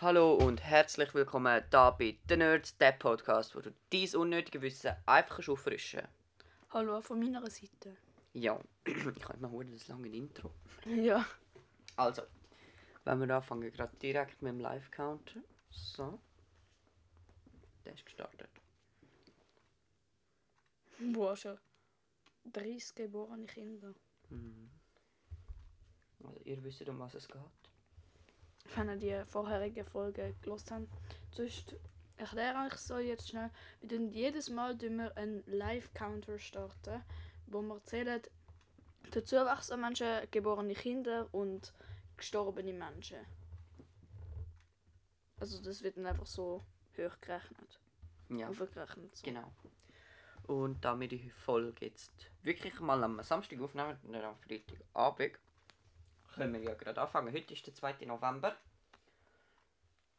Hallo und herzlich willkommen da bei The Nerds, der Podcast, wo du dein unnötige Wissen einfach kannst auffrischen Hallo, von meiner Seite. Ja, ich kann mal holen, das lange Intro. Ja. Also, wenn wir anfangen, gerade direkt mit dem Live-Counter. So. Der ist gestartet. Boah, schon 30 geborene Kinder. Also, ihr wisst, um was es geht. Wenn ihr die vorherigen Folgen gelost habt, sonst erkläre ich es euch jetzt schnell. Wir tun jedes Mal tun wir einen Live-Counter starten, wo wir zählen den Zuwachs an Menschen, geborene Kinder und gestorbene Menschen. Also das wird dann einfach so hochgerechnet. Ja, Aufgerechnet. So. genau. Und damit die Folge jetzt wirklich mal am Samstag aufnehmen und nicht am Freitagabend, können wir ja gerade anfangen. Heute ist der 2. November.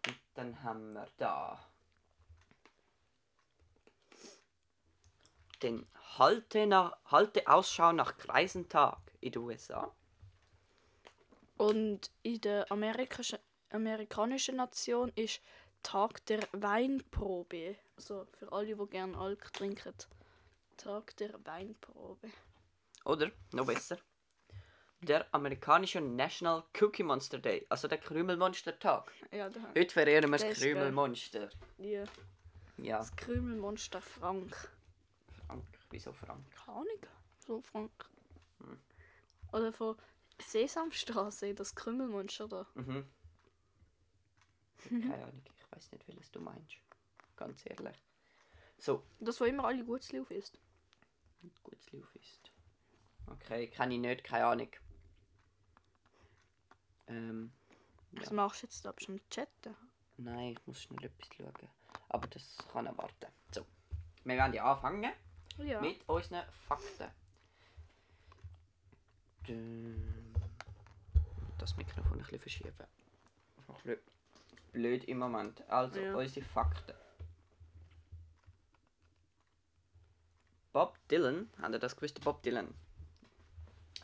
Und dann haben wir da den Halte, nach, Halte Ausschau nach Kreisentag in den USA. Und in der amerikanischen, amerikanischen Nation ist Tag der Weinprobe. Also für alle, die gerne Alk trinken. Tag der Weinprobe. Oder, noch besser, der amerikanische National Cookie Monster Day, also der Krümelmonster-Tag. Ja, da haben Heute verehren wir Der das ist geil. Krümelmonster. wir Ja, das Krümelmonster Frank. Frank. Wieso Frank? Keine Ahnung. So Frank. Oder von Sesamstraße, das Krümelmonster da. Mhm. Keine Ahnung, ich weiß nicht, welches du meinst. Ganz ehrlich. So, Das, wo immer alle Gutzli auf ist. gutes Lauf ist. Okay, kenne ich nicht, keine Ahnung. Ähm, Was machst du jetzt da? Bist du am Chatten? nein, ich muss schnell etwas schauen. Aber das kann erwarten. So, wir werden ja anfangen. Oh Ja. mit unseren Fakten. Düm. Das Mikrofon ein bisschen verschieben. Ist noch blöd. Blöd im Moment. Also, Ja. unsere Fakten. Bob Dylan, habt ihr das gewusst? Bob Dylan.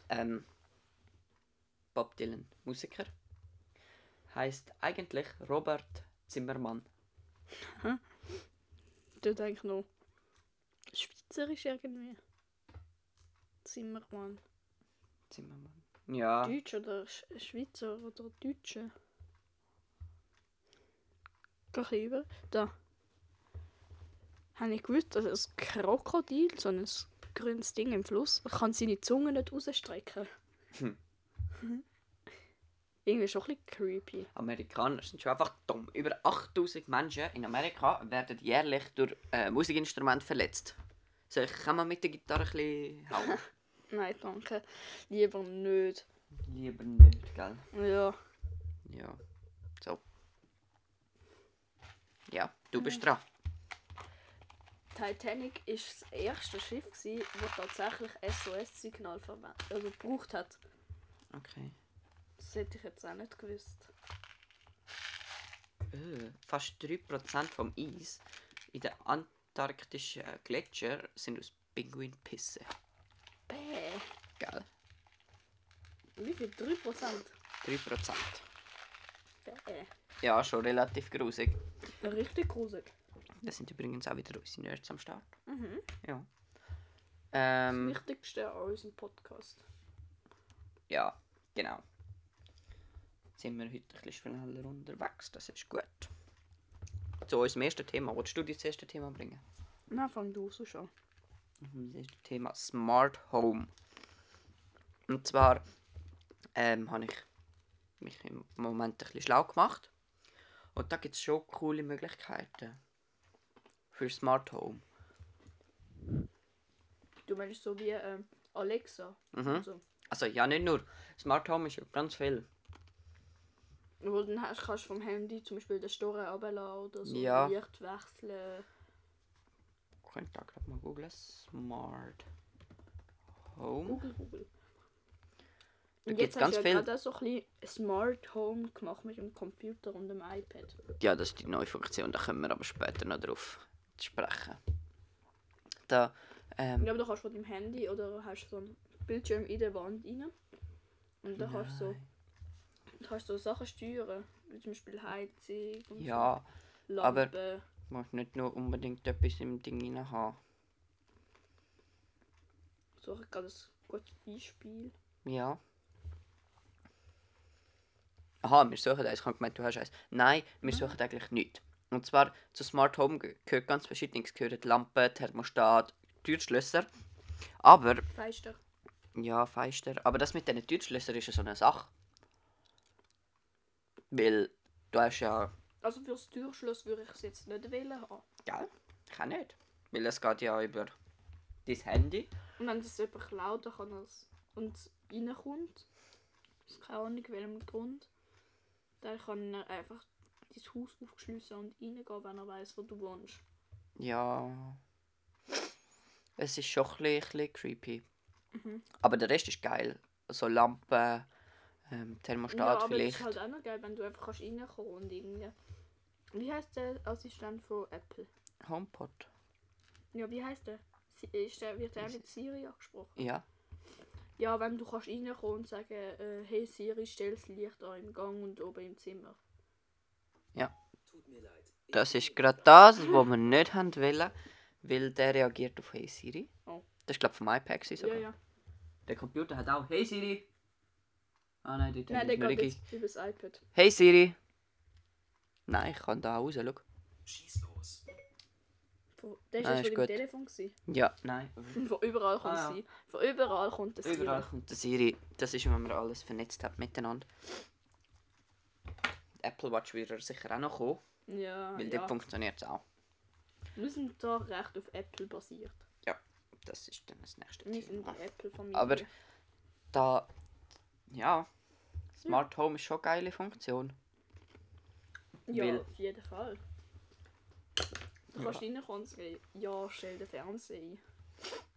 Ähm, Bob Dylan, Musiker. Heißt eigentlich Robert Zimmermann. Du denkst noch, Schweizerisch irgendwie. Zimmermann. Zimmermann. Ja. Deutsch oder Sch Schweizer oder Deutsche. Geh ein bisschen über. Da. Habe ich gewusst, dass ein Krokodil, so ein grünes Ding im Fluss, kann seine Zunge nicht rausstrecken. Hm. Irgendwie schon ein bisschen creepy. Amerikaner sind schon einfach dumm. Über 8000 Menschen in Amerika werden jährlich durch äh, Musikinstrumente verletzt. So, ich kann mal mit der Gitarre ein bisschen hauen. Nein, danke. Lieber nicht. Lieber nicht, gell? Ja. Ja. So. Ja, du bist dran. Titanic ist das erste Schiff, gewesen, das tatsächlich SOS-Signal verwendet, also gebraucht hat. Okay. Das hätte ich jetzt auch nicht gewusst. Äh, fast 3% vom Eis in den antarktischen Gletscher sind aus Pinguinpisse. Bäh. Gell? Wie viel? 3%? 3%. Bäh. Ja, schon relativ grusig. Richtig grusig. Das sind übrigens auch wieder unsere Nerds am Start. Mhm. Ja. Das Ähm, Wichtigste an unserem Podcast. ja, genau. Jetzt sind wir heute ein bisschen schneller unterwegs, das ist gut. Zu unserem ersten Thema. Willst du dir das erste Thema bringen? Na, fang du so schon. Das erste Thema Smart Home. Und zwar ähm, habe ich mich im Moment ein bisschen schlau gemacht. Und da gibt es schon coole Möglichkeiten für Smart Home. Du meinst so wie ähm, Alexa. Mhm. Also, Also ja, nicht nur. Smart Home ist ja ganz viel. wo dann hast, kannst du vom Handy zum Beispiel den Store runterladen oder so. Ja. Licht wechseln. Könnt da gerade mal googlen. Smart Home. Google, Google. Da Und gibt's jetzt ganz hast du viel. ja gerade auch so ein bisschen Smart Home gemacht mit dem Computer und dem iPad. Ja, das ist die neue Funktion, da kommen wir aber später noch drauf zu sprechen. Da, ähm, Ja, aber du kannst von dem Handy oder hast so einen Bildschirm in der Wand rein. Und dann kannst du so Du kannst so Sachen steuern, wie zum Beispiel Heizung und Ja, so. aber- Lampen. du musst nicht nur unbedingt etwas im Ding rein haben. Ich suche gerade ein gutes Beispiel. Ja. Aha, wir suchen eins. Ich habe gemeint, du hast eins. Nein, wir suchen eigentlich nichts. Und zwar zu Smart Home ge- gehört ganz verschiedenes. Gehört Lampen, Thermostat, Türschlösser. Aber, Feister. ja, Feister. Aber das mit diesen Türschlössern ist ja so eine Sache. Weil du hast ja. Also fürs Türschloss würde ich es jetzt nicht wählen haben. Ja, ich auch nicht. Weil es geht ja über dein Handy. Und wenn das jemand klaut, dann kann er es. Und es reinkommt, aus keine Ahnung welchem Grund, dann kann er einfach dein Haus aufschliessen und reingehen, wenn er weiß, wo du wohnst. Ja. Es ist schon ein bisschen, ein bisschen creepy. Mhm. Aber der Rest ist geil. So Lampen, ähm, Thermostat aber es vielleicht. ist halt auch noch geil, wenn du einfach kannst reinkommen und irgendwie. Wie heißt der Assistent von Apple? HomePod. Ja, wie heißt der? Si- äh, Ist der wird der mit Siri angesprochen? Ja. Ja, wenn du kannst reinkommen und sagen, äh, hey Siri, stell das Licht an im Gang und oben im Zimmer. Das ist gerade das, was wir nicht haben wollen, weil der reagiert auf Hey Siri. Oh. Das ist glaube ich vom iPad gewesen sogar. Ja, ja. Der Computer hat auch Hey Siri. Ah nein, die Nein, Tür der ist noch geht richtig. jetzt über das iPad. Hey Siri. Nein, ich kann da raus, schau. Schieß los. Von- Der ist Ah, ist jetzt von dem gut. Telefon gewesen. Ja, nein. Von überall kommt Ah, ja. sie. Von überall kommt das Überall Siri. kommt der Siri. Das ist, wenn man alles vernetzt hat miteinander. Die Apple Watch wird er sicher auch noch kommen, Ah, Ja, weil ja. dort funktioniert es auch. Wir sind da recht auf Apple basiert. Das ist dann das nächste Wir sind Thema. die Apple-Familie. Aber da, ja, Hm. Smart Home ist schon eine geile Funktion. Ja, Weil- auf jeden Fall. Du kannst reinkommen und sagen, ja, stell den Fernseher ein.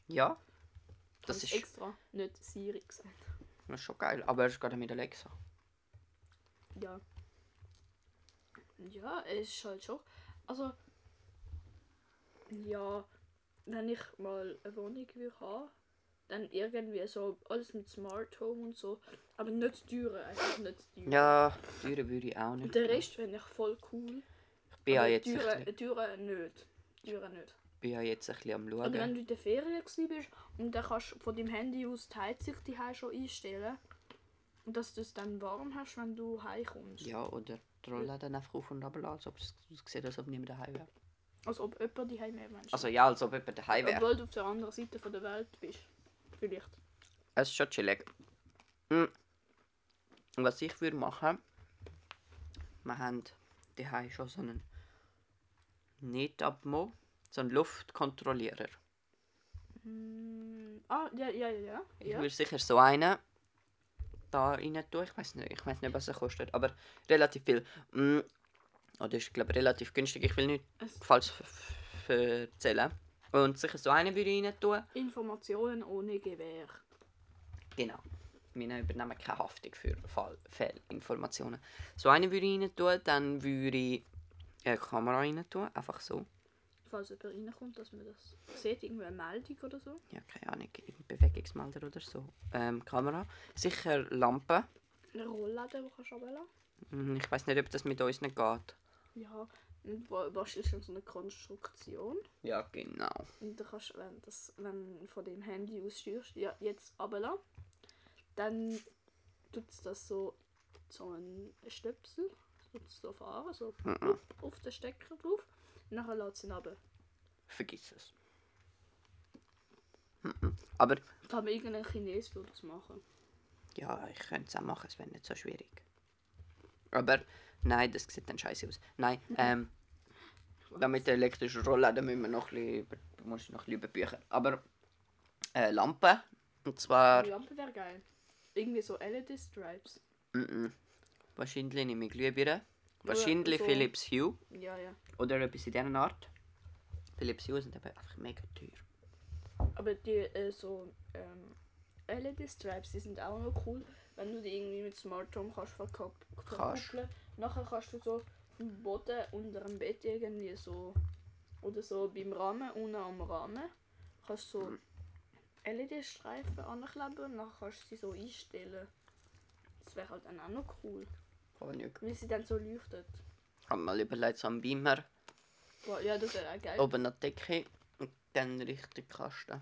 Ja, Hab das ich ist, extra nicht Siri gesagt. das ist schon geil, aber es ist gerade mit Alexa. Ja. Ja, es ist halt schon. Also. Ja, wenn ich mal eine Wohnung würde haben, dann irgendwie so alles mit Smart Home und so. Aber nicht teuer, einfach nicht teuer. Ja, Türen würde ich auch Und nicht. der Rest finde ich voll cool. Ich bin ja aber jetzt, ein teuer, bisschen, teuer nicht. Teuer nicht. bin ja jetzt ein bisschen am Und wenn schauen. du in der Ferien gewesen bist und dann kannst du von deinem Handy aus die Heizung die schon einstellen. Und dass du es dann warm hast, wenn du heimkommst. Ja, oder die Rolle dann einfach auf und runter, als ob es aussieht, als ob niemand daheim wäre. Als Also ob jemand die Heim Mensch. Also ja, als ob jemand daheim wäre. Obwohl du auf der anderen Seite von der Welt bist. Vielleicht. Es ist schon chillig. Mm. Was ich würde machen, wir haben daheim schon so einen nicht abmo, so einen Luftkontrollierer. Mm, ah, ja, ja, ja, Ich ja. ja. würde sicher so einen da rein tun. Ich weiß nicht, ich weiß nicht, was er kostet, aber relativ viel. Mm. Oder ist glaube relativ günstig. Ich will nicht Es- falsch ver- ver- erzählen. Und sicher so einen würde ich rein tun. Informationen ohne Gewehr. Genau. Wir übernehmen keine Haftung für Fall Fehlinformationen. So eine würde ich rein tun, dann würde ich eine Kamera rein tun, einfach so. Falls jemand reinkommt, dass man das sieht, irgendwie eine Meldung oder so. Ja, keine Ahnung, irgendein Bewegungsmelder oder so. Ähm, Kamera. Sicher Lampe. Eine Rollladen, die kannst du runterladen. Hm, Ich weiß nicht, ob das mit uns nicht geht. Ja, und wa- wahrscheinlich schon so eine Konstruktion. Ja, genau. Und dann kannst du, wenn das, wenn du von dem Handy aus steuerst, ja, jetzt runterlassen, dann tut es das so, so ein Stöpsel, tut es so fahren, so plupp auf den Stecker drauf, und dann lässt es ihn runter. Vergiss es. Mhm. Aber Kann man irgendein Chines würde das machen. ja, ich könnte es auch machen, es wäre nicht so schwierig. Aber nein, das sieht dann scheiße aus. Nein, ähm, damit der elektrische Rollladen müssen wir noch ein bisschen, über- muss ich noch ein bisschen überbüchen. Aber äh, Lampe, und zwar Eine Lampe wäre geil. Irgendwie so E LED-Stripes. wahrscheinlich nehme ich Glühbirne, wahrscheinlich so. Philips Hue Ja, ja. oder etwas in dieser Art. Philips Hue sind aber einfach mega teuer. Aber die äh, so ähm, LED-Stripes, die sind auch noch cool, wenn du die irgendwie mit Smart Home kannst verkop- verkoppeln. Nachher kannst du so vom Boden unter dem Bett irgendwie so oder so beim Rahmen, unten am Rahmen, kannst du so Mhm. E LED-Streifen ankleben und nachher kannst du sie so einstellen. Das wäre halt dann auch noch cool. Kann ich nicht. Wie sie dann so leuchtet. Ich habe mal überlegt, so einen Beamer Boah, ja, das wäre auch geil. oben an die Decke und dann richtig Kasten.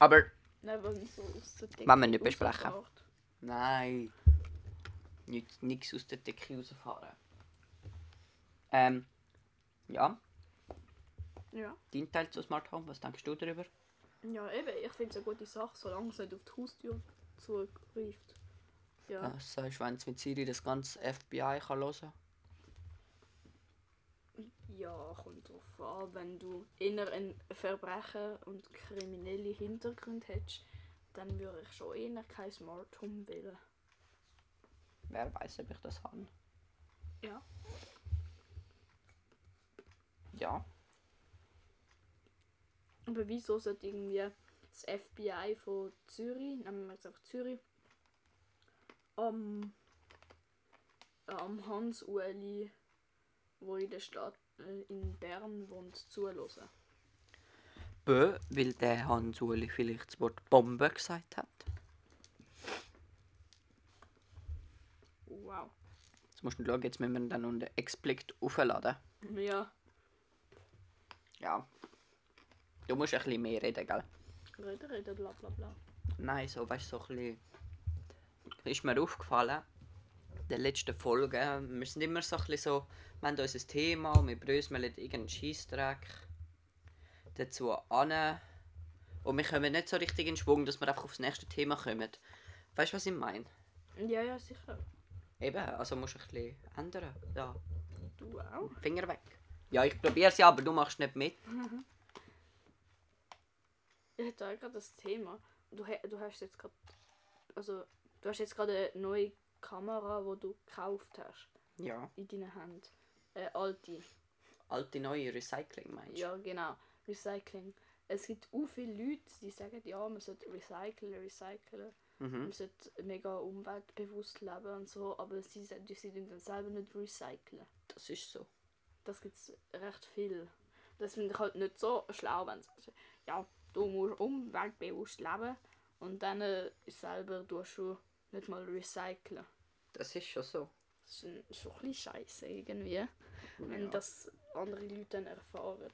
Aber Nein, wenn so aus der Decke Wollen wir nicht besprechen. rausfährt. Nein. Nicht, nichts aus der Decke rausfahren. Ähm, ja, Ja. dein Teil zu Smart Home, was denkst du darüber? ja, eben, ich finde es eine gute Sache, solange es nicht auf die Haustür zugreift. Ja, Was sagst du, wenn es mit Siri das ganze FBI kann hören kann? ja kommt drauf an. Wenn du eher einen Verbrecher und kriminelle Hintergrund hättest, dann würde ich schon eher kein Smart Home wählen. Wer weiß, ob ich das habe. Ja. Ja, Aber wieso sollte irgendwie das FBI von Zürich, nehmen wir jetzt einfach Zürich, am, am Hans Ueli, wo in der Stadt äh, in Bern wohnt, zulassen? Bö, weil der Hans Uli vielleicht das Wort Bombe gesagt hat. Wow. Jetzt musst du schauen, jetzt müssen wir dann unter Explicit aufladen. Ja, Ja. Du musst ein bisschen mehr reden, gell? reden, reden, bla bla bla. Nein, so weißt du, so ein bisschen. Ist mir aufgefallen, in den letzten Folgen, wir sind immer so ein bisschen so, wir haben unser Thema und wir bröseln irgendeinen Scheissdreck dazu an. Und wir kommen nicht so richtig in Schwung, dass wir einfach aufs nächste Thema kommen. Weißt du, was ich meine? Ja, ja, sicher. Eben, also musst du ein bisschen ändern. Ja, Du auch? Finger weg. Ja, ich probiere es ja, aber du machst nicht mit. Ich hätte auch gerade das Thema. Du, hä- du hast jetzt gerade. Also, du hast jetzt gerade eine neue Kamera, die du gekauft hast, Ja. in deiner Hand. Äh, alte. Alte neue Recycling, meinst du? Ja, genau. Recycling. Es gibt auch viele Leute, die sagen, ja, man sollte recyceln, recyceln. Man Mhm. sollte mega umweltbewusst leben und so, aber sie, se- die- sie tun dann selber nicht recyceln. Das ist so. Das gibt es recht viel. Das finde ich halt nicht so schlau, wenn sie sagen, ja, du musst umweltbewusst leben und dann äh, selber tust du nicht mal recyceln. Das ist schon so. Das ist ein- schon ein bisschen scheiße irgendwie, wenn das andere Leute dann erfahren.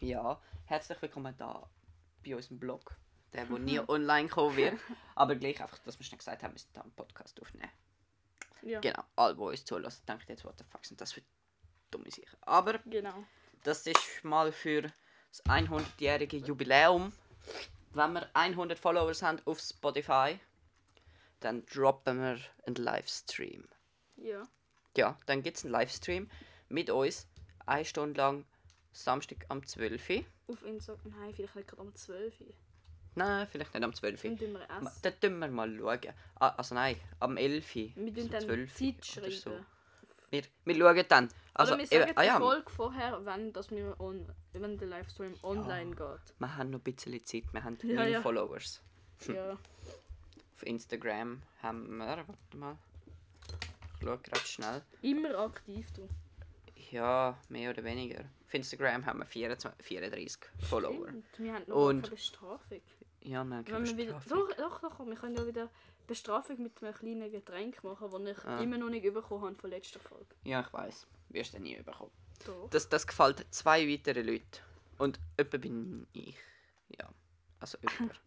Ja, herzlich willkommen da bei unserem Blog, der wo nie online kommen wird. Aber gleich einfach, dass wir schnell gesagt haben, wir müssen da einen Podcast aufnehmen. Ja, Genau, alle, die uns zuhören, denken jetzt, what the fuck sind das für dumme Sachen. Aber genau. das ist mal für das 100-jährige Jubiläum. Wenn wir 100 Followers haben auf Spotify, dann droppen wir einen Livestream. Ja. Ja, dann gibt es einen Livestream mit uns, eine Stunde lang, Samstag am 12. Uhr. Auf Instagram, nein, vielleicht nicht gerade um 12 Uhr. Nein, vielleicht nicht am 12. Dann tun wir Ma- essen. Dann tun wir mal schauen. Ah, also nein, am 11. Wir bis tun dann 12 Zeit oder schreiben. so. Wir, wir schauen dann. Also, Oder wir sagen eben, ah, ja, die Folge vorher, wenn, dass wir on, wenn der Livestream online wir haben noch ein bisschen Zeit. Wir haben Ja, 9 ja. Followers. geht. Ja. Auf Instagram haben wir, warte mal. Ich schaue gerade schnell. Immer aktiv, du. Ja, mehr oder weniger. Auf Instagram haben wir 24, 34 Follower. Stimmt, wir haben noch Und- Und keine Bestrafung. Ja, wir haben keine Wenn wir wieder, Bestrafung. doch, doch, doch, wir können ja wieder Bestrafung mit einem kleinen Getränk machen, das ich Ah. immer noch nicht bekommen habe von letzter Folge. Ja, ich weiß. Wirst du nie überkommen. Doch. Das, das gefällt zwei weitere Leute. Und jemand bin ich. Ja. Also jemand.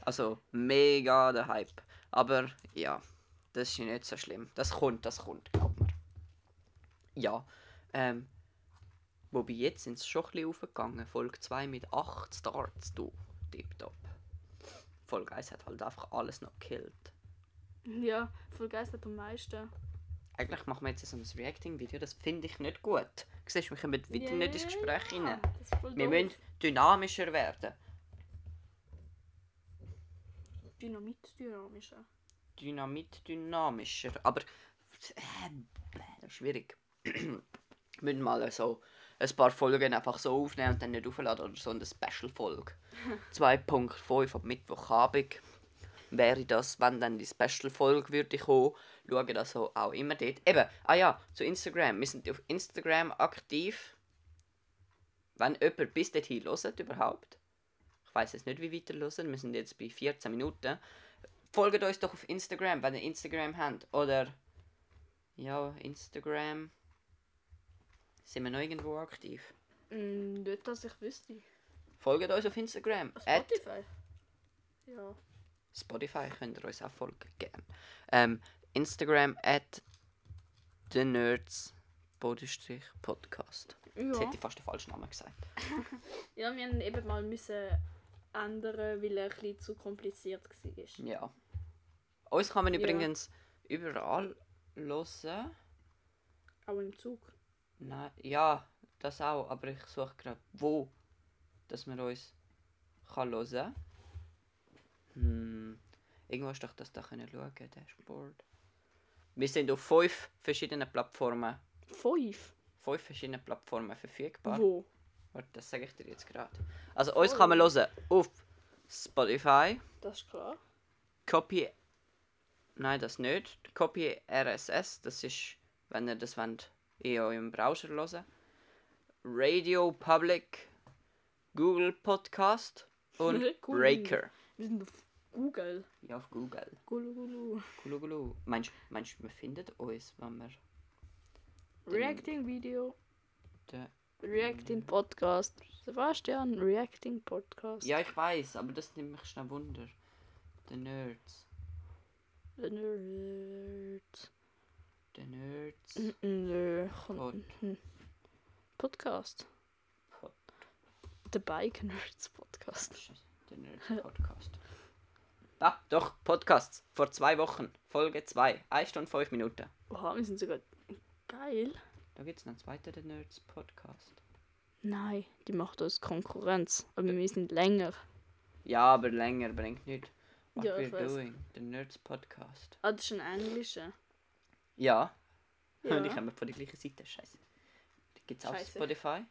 also mega der Hype. Aber ja, das ist nicht so schlimm. Das kommt, das kommt, glaub mir. Ja. Ähm, wobei jetzt sind es schon ein bisschen aufgegangen. Folge 2 mit 8 Starts, du. Tipptopp. Folge 1 hat halt einfach alles noch gekillt. Ja, vergessen am meisten. Eigentlich machen wir jetzt so ein Reacting-Video, das finde ich nicht gut. Siehst du, wir kommen wieder nicht ins Gespräch Ja, rein. Ah, Das ist voll Wir doof. müssen dynamischer werden. Dynamit dynamischer. Dynamit dynamischer. Aber äh, bläh, schwierig. Wir müssen mal so ein paar Folgen einfach so aufnehmen und dann nicht aufladen oder so eine Special-Folge. 2.5 am Mittwochabend wäre das, wenn dann die Special-Folge würde kommen. Schauen das so auch immer dort. Eben, ah ja, zu Instagram. Wir sind auf Instagram aktiv. Wenn jemand bis dorthin hört überhaupt. Ich weiß jetzt nicht, wie weiter hören. Wir sind jetzt bei 14 Minuten. Folgt uns doch auf Instagram, wenn ihr Instagram habt. Oder. Ja, Instagram. Sind wir noch irgendwo aktiv? Mm, nicht, dass ich wüsste. Folgt uns auf Instagram. at Spotify? Ja. Spotify könnt ihr uns auch folgen. Gerne. Ähm, Instagram at the Nerds Podcast. Das Ja. hätte ich fast den falschen Namen gesagt. ja, wir haben eben mal müssen ändern, weil er ein bisschen zu kompliziert war. Ja. Uns kann man Ja. übrigens überall hören. Auch im Zug. Nein, ja, das auch, aber ich suche gerade, wo, dass man uns kann hören Hm, irgendwo ist doch das da können schauen, Dashboard. Wir sind auf fünf verschiedenen Plattformen, Fünf? fünf verschiedenen Plattformen verfügbar. Wo? Warte, das sage ich dir jetzt gerade. Also uns kann man hören auf Spotify, Das ist klar. Copy. Nein, das nicht. Copy RSS, das ist, wenn ihr das wollt, in eurem Browser hören. Radio Public, Google Podcast und Cool. Breaker. Wir sind auf Google. Ja, auf Google. Gulu, gulu. Gulu, gulu. Meinst meinst du, wir finden uns, wenn wir Reacting Video. den... Reacting Podcast. Sebastian, Reacting Podcast. Ja, ich weiß, aber das nimmt mich schnell Wunder. The Nerds. The Nerd. The Nerds Mhm. Nö, kommt- Pod- Podcast. Pod- The Bike Nerds Podcast. Scheiße, der Nerds-Podcast. Ah, doch, Podcasts. Vor zwei Wochen. Folge 2. 1 Stunde 5 Minuten. Oha, wir sind sogar geil. Da gibt es noch einen zweiten der Nerds-Podcast. Nein, die macht uns Konkurrenz. Aber wir sind länger. Ja, aber länger bringt nichts. What Ja, ich we're weiß. doing, der Nerds-Podcast. Ah, das ist ein englischer. Ja. Ja. Und ich komme von der gleichen Seite. Scheiße. Die gibt es auch auf Scheiße. Spotify.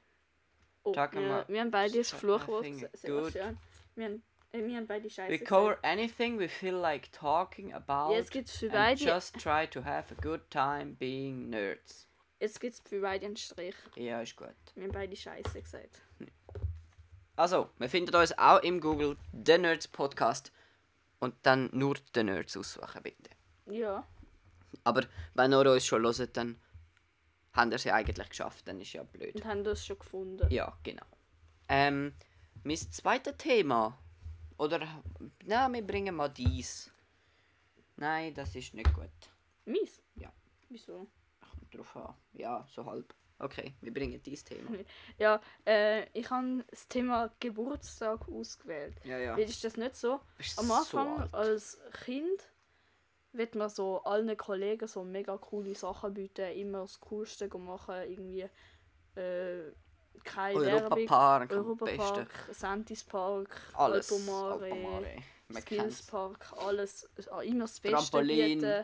Oh, Sag wir, mal, wir haben beide das sag mal, Fluchwort. Finger, Sebastian. Wir haben, äh, wir haben beide Scheiße. We gesagt. cover anything we feel like talking about. Jetzt gibt's für and beide. just try to have a good time being nerds. Jetzt gibt's für beide einen Strich. Ja, ist gut. Wir haben beide Scheiße gesagt. Also, wir finden uns auch im Google The Nerds Podcast und dann nur The Nerds aussuchen, bitte. Ja. Aber wenn ihr uns schon hört, dann haben wir sie eigentlich geschafft, dann ist ja blöd. Und haben das schon gefunden. Ja, genau. Ähm, mein zweites Thema. Oder, na, wir bringen mal dies. Nein, das ist nicht gut. Mies? Ja. Wieso? Kommt drauf an. Ja, so halb. Okay, wir bringen dieses Thema. Ja, äh, ich habe das Thema Geburtstag ausgewählt. Ja, ja. Weil ist das nicht so? Bist Am so Anfang alt. als Kind wird man so allen Kollegen so mega coole Sachen bieten, immer das Coolste machen, irgendwie äh, keine Werbung. Europapark am besten. Europapark, Santis Park, Alles. Altomare, Altomare. Man Skills kennt's. Park, alles, äh, immer das Beste Trampolin, bieten, immer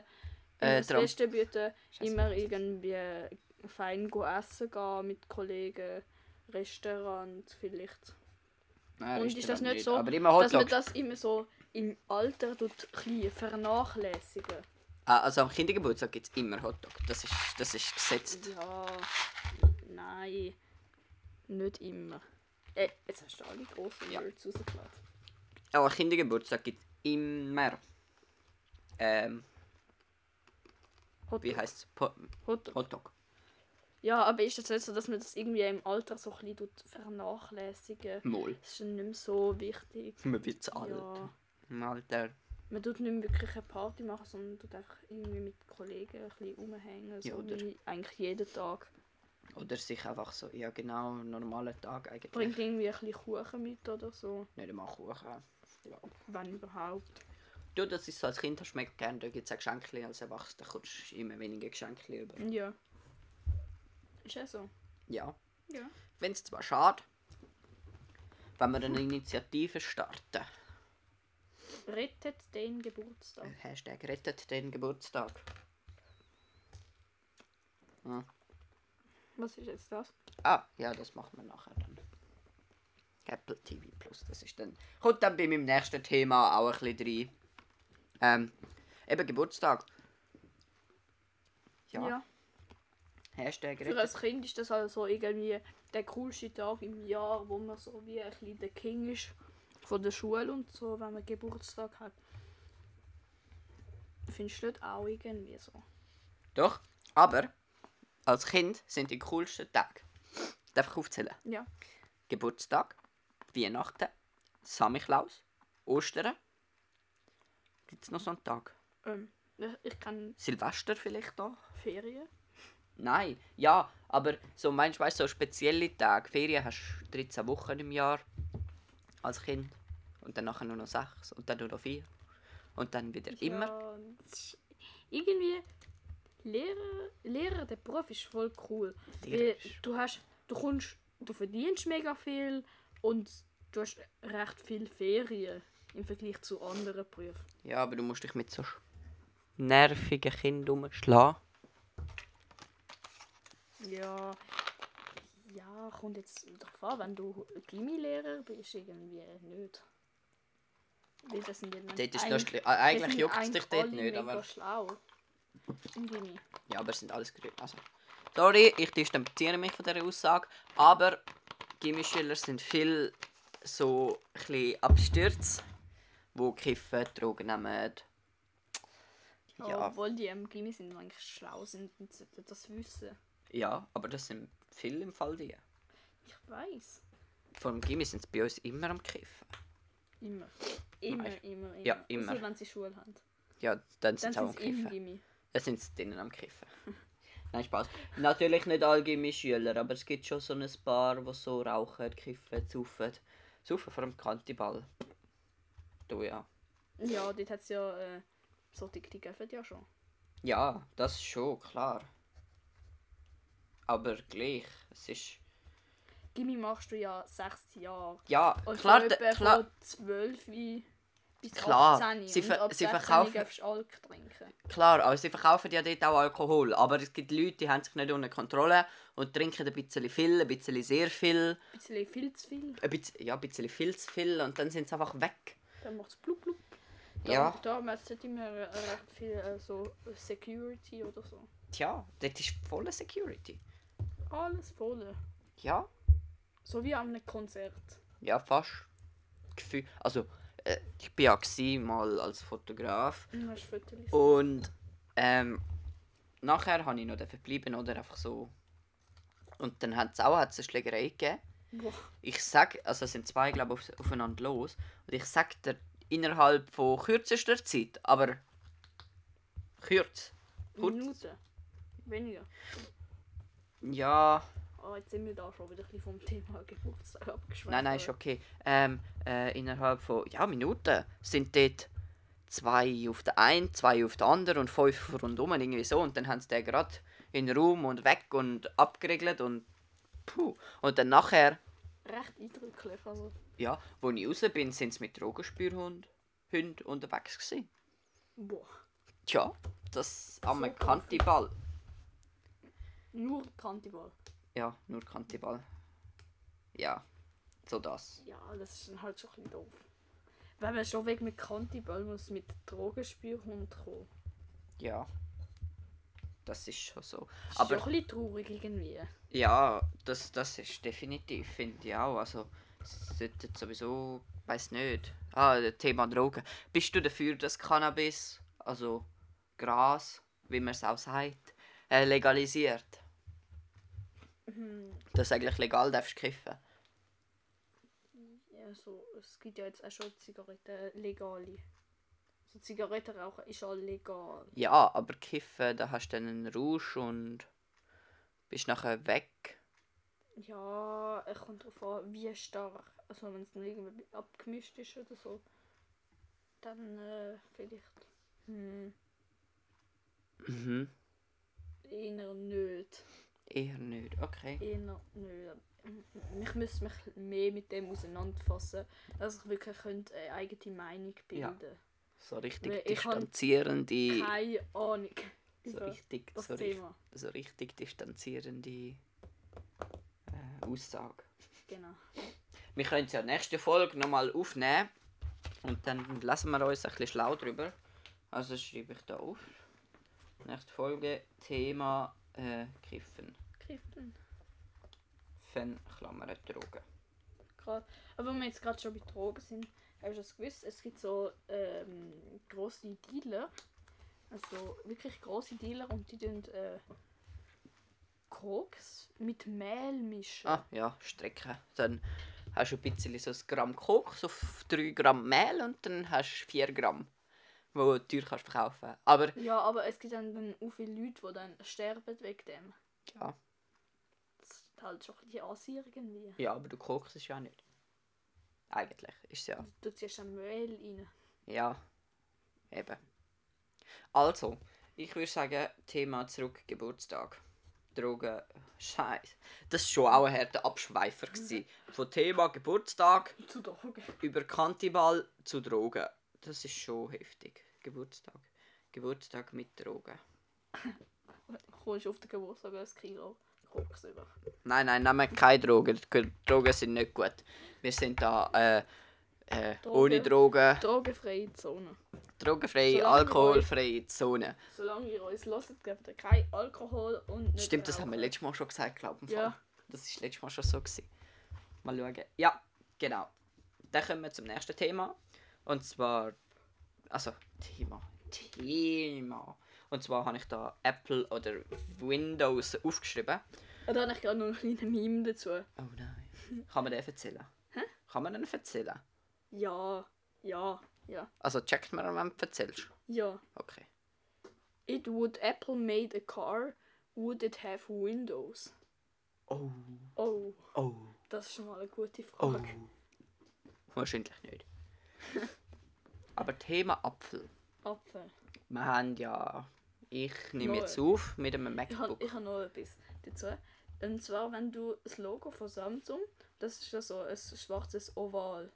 äh, das Tram- Beste bieten, Scheiße, immer was ist das? irgendwie fein go essen gehen mit Kollegen, Restaurant vielleicht. Nein, Und ist das nicht so, Aber immer Dass man Hotdog. das immer so im Alter tut, klein vernachlässigen. Ah, also am Kindergeburtstag gibt es immer Hotdog. Das ist, das ist gesetzt. Ja, nein, nicht immer. Äh, jetzt hast du alle grossen Ja. Words rausgelassen. Aber am Kindergeburtstag gibt es immer. Ähm, Hot wie Dog, heißt es? Po Hot Dog. Hotdog. Ja, aber ist das nicht so, dass man das irgendwie im Alter so ein bisschen tut vernachlässigen? Moll. Es ist nicht mehr so wichtig. Man wird zu alt. Ja. Im Alter. Man tut nicht mehr wirklich eine Party machen, sondern tut einfach irgendwie mit Kollegen ein bisschen rumhängen. So Ja, oder- wie eigentlich jeden Tag. Oder sich einfach so, ja genau, einen normalen Tag eigentlich. Bringt irgendwie ein bisschen Kuchen mit oder so. Nicht einmal Kuchen. Ja. Wenn überhaupt. Du, das ist so, als Kind hast du mega gerne, da gibt es auch Geschenke. Als Erwachsener kommst du immer weniger Geschenke über. Ja. Ist ja so. Ja. Ja. finde es zwar schade, wenn wir eine Initiative starten. Rettet den Geburtstag. Äh, Hashtag rettet den Geburtstag. Was ist jetzt das? Ah, ja, das machen wir nachher dann. Apple TV Plus, das ist dann. Kommt dann bei meinem nächsten Thema auch ein bisschen rein. Ähm, eben Geburtstag. Ja, Hashtag Für rettet. ein Kind ist das also irgendwie der coolste Tag im Jahr, wo man so wie ein bisschen der King ist von der Schule und so, wenn man Geburtstag hat. findest du nicht auch irgendwie so. Doch, aber als Kind sind die coolsten Tage. Darf ich aufzählen? Ja. Geburtstag, Weihnachten, Samichlaus, Ostern. Gibt es noch so einen Tag? Ähm, ich- ich kann Silvester vielleicht noch? Ferien. Nein, ja, aber so meinst du, weißt, so spezielle Tage. Ferien hast du 13 Wochen im Jahr als Kind. Und dann nachher nur noch 6 und dann nur noch 4. Und dann wieder immer. Ja, das ist- irgendwie Lehrer, Lehrer, der Beruf ist voll cool. Lehrer Weil ist- du hast, du kommst, du verdienst mega viel und du hast recht viel Ferien im Vergleich zu anderen Berufen. Ja, aber du musst dich mit so sch- nervigen Kindern umschlagen. Ja, ja, kommt jetzt drauf an, wenn du Gimmi-Lehrer bist, irgendwie nicht. Weil das sind ja dann Dort ist ein- noch schli- äh, das eigentlich sind juckt es eigentlich dich dort alle nicht, mega aber. schlau. Im Gimmi. Ja, aber es sind alles grün. Also. Sorry, ich distanziere mich von dieser Aussage, aber Gimmischüler sind viel so ein bisschen Abstürze, die kiffen, Drogen nehmen. Ja. Obwohl die im Gimmi sind, eigentlich schlau sind und sollten das wissen. Ja, aber das sind viel im Fall die. Ich weiß. Vor dem Gimmi sind sie bei uns immer am Kiffen. Immer. Immer, Nein. immer, immer. Ja, immer. Außer wenn sie Schule haben. Ja, dann sind Dann sie auch am sind sie im Kiffen. Gimmi. Dann sind sie drinnen am Kiffen. Nein, Spaß. Natürlich nicht alle Gimmischüler, aber es gibt schon so ein paar, die so rauchen, kiffen, saufen. Saufen vor dem Kantiball. Du ja. Ja, dort hat es ja äh, so die, die geben ja schon. Ja, das schon, klar. Aber gleich, es ist... Gimmi machst du ja sechs Jahre. Ja, Und klar, so de- etwa klar, von 12 bis Klar, 18. sie und ver- ab sie 16 verkaufen- darfst du Alk trinken. klar, aber sie verkaufen ja dort auch Alkohol. Aber es gibt Leute, die haben sich nicht unter Kontrolle und trinken ein bisschen viel, ein bisschen sehr viel, Ein bisschen viel zu viel. ein bisschen, ja, ein bisschen viel zu viel und dann sind sie einfach weg. Dann macht es blub blub. Ja, Da hat es nicht immer äh, recht viel äh, so Security oder so. tja, dort ist volle Security. Alles voll. Ja, So wie an einem Konzert. ja, fast. Gefühl, also, äh, ich bin ja gewesen, mal als Fotograf. Du hast Fotos. Oh. Und ähm, nachher habe ich noch verbleiben oder einfach so. Und dann hat es auch hat's eine Schlägerei gegeben. Boah. Ich sag, also es sind zwei glaube auf, aufeinander los und ich sag dir innerhalb von kürzester Zeit, aber kürz, kurz, Minuten. Weniger. ja, Oh, jetzt sind wir da schon wieder ein bisschen vom Thema Geburtstag abgeschweift. Also nein, nein, ist okay. Ähm, äh, innerhalb von ja Minuten sind dort zwei auf der einen, zwei auf der anderen und fünf rundum irgendwie so und dann haben sie den gerade in den Raum und weg und abgeregelt und puh. und dann nachher Recht eindrücklich. Also, ja, wo ich raus bin, sind sie mit Drogenspürhund Hund unterwegs gewesen. boah. Tja, das am So Kantiball. Nur Kantiball. Ja, nur Kantiball. Ja, so das. Ja, das ist dann halt schon ein bisschen doof. Wenn man schon wegen mit Kantiball muss mit Drogenspürhund kommen. Ja. Das ist schon so. Das Aber ist schon ein bisschen traurig irgendwie. Ja, das, das ist definitiv, finde ich auch. Also, es sollte sowieso, weiß nicht. Ah, das Thema Drogen. Bist du dafür, dass Cannabis, also Gras, wie man es auch sagt, äh, legalisiert? Dass du eigentlich legal darfst kiffen. Ja, so, es gibt ja jetzt auch schon Zigaretten, äh, legale. So Zigarettenrauchen ist schon legal. Ja, aber kiffen, da hast du dann einen Rausch und bist nachher weg. Ja, es kommt darauf an, wie stark. Also wenn es noch irgendwie abgemischt ist oder so, dann äh, vielleicht hm, Mhm. eher nicht. Eher nicht, okay. Eher nicht. Ich müsste mich mehr mit dem auseinanderfassen, dass ich wirklich könnte eine eigene Meinung Ja. bilden So richtig Ich kann- distanzierende. Keine Ahnung So über richtig, das so richtig. Thema. so richtig distanzierende äh, Aussage. Genau. Wir können es ja nächste Folge nochmal aufnehmen und dann lassen wir uns ein bisschen schlau drüber. Also schreibe ich da auf. Nächste Folge Thema äh, Kiffen. Kiffen. Fan Klammern Drogen. Gerade. Aber wenn wir jetzt gerade schon bei Drogen sind, hast du das gewusst? Es gibt so ähm, grosse Dealer, Also wirklich große Dealer und die tun äh, Koks mit Mehl mischen. Ah, ja, strecken. Dann hast du ein bisschen so ein Gramm Koks auf 3 Gramm Mehl und dann hast du 4 Gramm, wo du teuer kannst verkaufen. Aber Ja, aber es gibt dann, dann auch viele Leute, die dann sterben wegen dem. ja, Das ist halt schon ein bisschen assi irgendwie. ja aber du kokst es ja nicht. Eigentlich ist es ja. Du ziehst dann Mehl rein. Ja, eben. Also, ich würde sagen, Thema zurück Geburtstag. Drogen, Scheiß. Das war schon auch ein harter Abschweifer. Gewesen. Von Thema Geburtstag Zu Drogen. über Kantiball zu Drogen. Das ist schon heftig. Geburtstag. Geburtstag mit Drogen. Kommst du auf den Geburtstag ein Kilo Koks über. Nein, nein, nehmen keine Drogen. Drogen sind nicht gut. Wir sind da äh, äh, Drogen. ohne Drogen. Drogenfreie Zone. Drogenfrei, Solange alkoholfreie Zone. Solange ihr uns hört, gebt ihr kein Alkohol und nicht Stimmt, das haben wir rauchen. letztes Mal schon gesagt, glaube ich. im Ja. Fall. Das war letztes Mal schon so. Gewesen. Mal schauen. Ja, genau. Dann kommen wir zum nächsten Thema. Und zwar. Also, Thema. Thema. Und zwar habe ich da Apple oder Windows aufgeschrieben. Und dann habe Ah, ich gerade noch einen kleinen Meme dazu. Oh nein. Kann man den erzählen? Hä? Kann man den erzählen? Ja, ja, ja, Also, checkt man, wenn du erzählst. ja. Okay. It would Apple made a car, would it have windows? Oh, Oh, oh, das ist schon mal eine gute oh. Frage. Wahrscheinlich nicht. Aber Thema Apfel. Apfel. Wir haben ja. Ich nehme Noch jetzt auf mit einem Ich habe MacBook. ich hab noch etwas dazu. Und zwar, wenn du das Logo von Samsung, das ist ja so ein schwarzes Oval.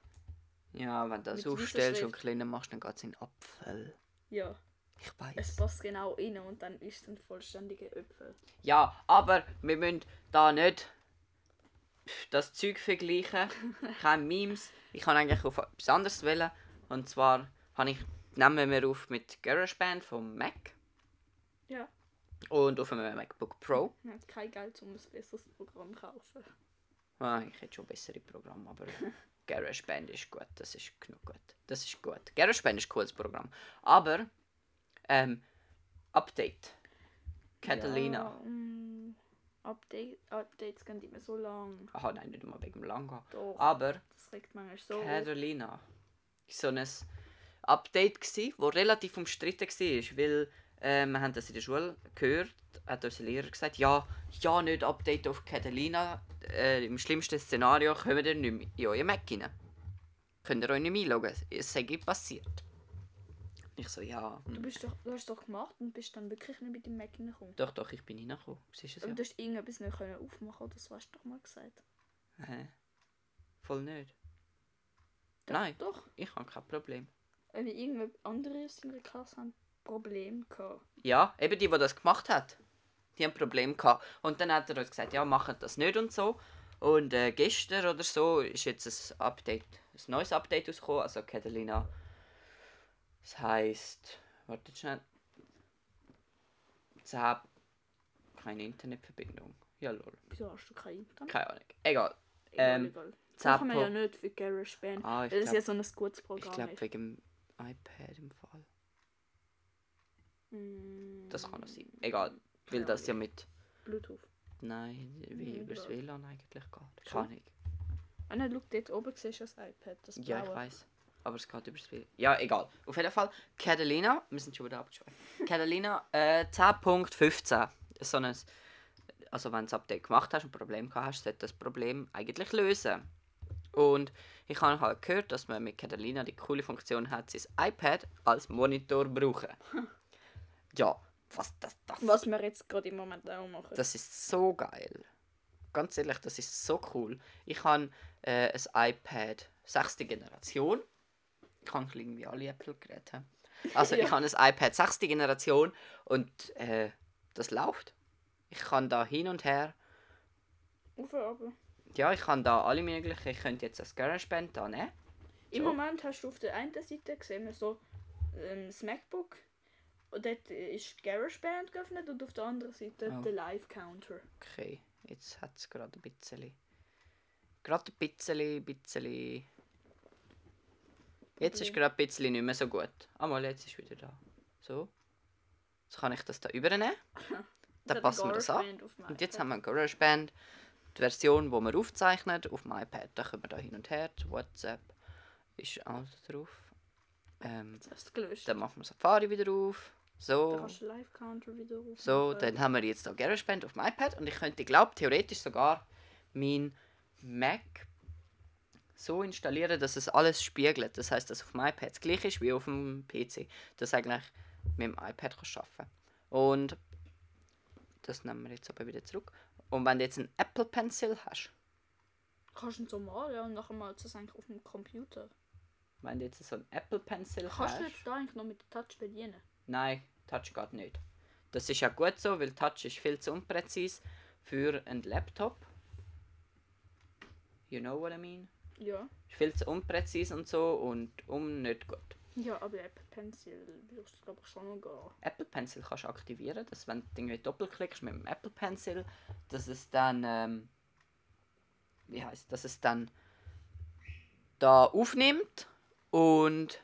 Ja, wenn du das Mit weißer aufstellst und Schrift. kleiner machst, dann geht es in den Apfel. Ja, Ich es weiß. passt genau rein und dann ist es ein vollständiger Apfel. Ja, aber wir müssen da nicht das Zeug vergleichen. Keine Memes. Ich kann eigentlich auf etwas anderes wählen. Und zwar habe ich, nehmen wir auf mit GarageBand vom Mac Ja, und auf einem MacBook Pro. man hat kein Geld, um ein besseres Programm zu kaufen. Ah, ich hätte schon bessere Programme, aber GarageBand ist gut, das ist genug gut. Das ist gut. GarageBand ist ein cooles Programm. Aber, ähm, Update. Catalina. Ja, mm, Update, Updates gehen immer so lang. Aha, nein, nicht mal wegen dem Lango. Doch, Aber das regt manchmal so auf. Catalina. So ein Update gsi, wo relativ umstritten war, weil äh, wir haben das in der Schule gehört, hat unser Lehrer gesagt, ja, ja, nicht Update auf Catalina. Äh, Im schlimmsten Szenario kommen ihr nicht mehr in euren Mac rein. Könnt ihr euch nicht mehr einloggen, es sei passiert. Ich so, ja, Du, hm. bist doch, du hast doch gemacht und bist dann wirklich nicht mit dem Mac reingekommen. doch, doch, ich bin reingekommen. Siehst du es Und ja? du hast irgendetwas nicht können aufmachen oder das hast du doch mal gesagt. Hä? Voll nicht. Doch, Nein. Doch, Ich habe kein Problem. weil irgendwelche andere aus deiner Klasse haben Probleme gehabt. Ja, eben die, die das gemacht hat. Die haben Probleme gehabt. Und dann hat er uns gesagt, ja, macht das nicht und so. Und äh, gestern oder so ist jetzt ein Update, ein neues Update rausgekommen. Also Catalina. Das heisst. Wartet schnell. Ich habe keine Internetverbindung. Ja, lol. Wieso hast du kein Internet? Keine Ahnung. Egal. Egal, ähm, egal. Das Zappo- machen wir ja nicht für GarageBand. Ah, weil ich das ist ja glaube, so ein gutes ich Programm. glaub, ist. wegen dem iPad im Fall. Mm, Das kann noch sein. Egal. Weil Keine das ja Ahnung. mit. Bluetooth. Nein, wie Mhm, übers egal. WLAN eigentlich geht. Keine Schon? Ahnung. Ah nein, schau, dort oben siehst du das iPad. Das Ja, ich blaue. weiß. Aber es geht übers Spiel. Ja, egal. Auf jeden Fall, Catalina, wir sind schon wieder abgeschweift. Catalina äh, 10.15. So ein, also, wenn du das Update gemacht hast und ein Problem gehabt hast, sollte das Problem eigentlich lösen. Und ich habe halt gehört, dass man mit Catalina die coole Funktion hat, sein iPad als Monitor brauchen. ja, was das, das Was wir jetzt gerade im Moment auch machen. das ist so geil. Ganz ehrlich, das ist so cool. Ich habe äh, ein iPad sechste Generation. Ich kann irgendwie alle Apple-Geräte. haben. Also Ja. ich habe ein iPad sechste Generation und äh, das läuft. Ich kann da hin und her. Auf und runter. Ja, ich kann da alle möglichen. Ich könnte jetzt das GarageBand da nehmen. Im So. Moment hast du auf der einen Seite gesehen, wir so ähm, das MacBook. Und dort ist GarageBand geöffnet und auf der anderen Seite Oh. der Live-Counter. Okay, jetzt hat es gerade ein bisschen. Gerade ein bisschen, bisschen. Jetzt ist Problem. gerade ein bisschen nicht mehr so gut. Ah, mal, jetzt ist wieder da. So. Jetzt kann ich das da übernehmen. Dann passen wir das an. Und jetzt haben wir GarageBand, die Version, die wir aufzeichnen, auf dem iPad. Da können wir da hin und her. WhatsApp ist auch drauf. Ähm, Jetzt hast du es gelöscht. dann machen wir Safari wieder auf. Da So, kannst du den Live-Counter wieder rufen. so, dann haben wir jetzt da GarageBand auf dem iPad und ich könnte, glaube theoretisch sogar mein Mac so installieren, dass es alles spiegelt. Das heißt, dass auf dem iPad das gleiche ist wie auf dem PC. Das eigentlich mit dem iPad kannst du arbeiten. Und das nehmen wir jetzt aber wieder zurück. Und wenn du jetzt einen Apple Pencil hast, Äh, Kannst du ihn so malen und nachher mal zusammen auf dem Computer. wenn du jetzt so einen Apple Pencil Kannst hast. du jetzt da eigentlich noch mit der Touch bedienen? Nein, Touch geht nicht. Das ist ja gut so, weil Touch ist viel zu unpräzis für einen Laptop. You know what I mean? Ja. Ist viel zu unpräzis und so und um nicht gut. Ja, aber Apple Pencil brauchst du glaube ich schon noch gar. Apple Pencil kannst du aktivieren, dass wenn du irgendwie doppelklickst mit dem Apple Pencil, dass es dann ähm, wie heißt, dass es dann da aufnimmt und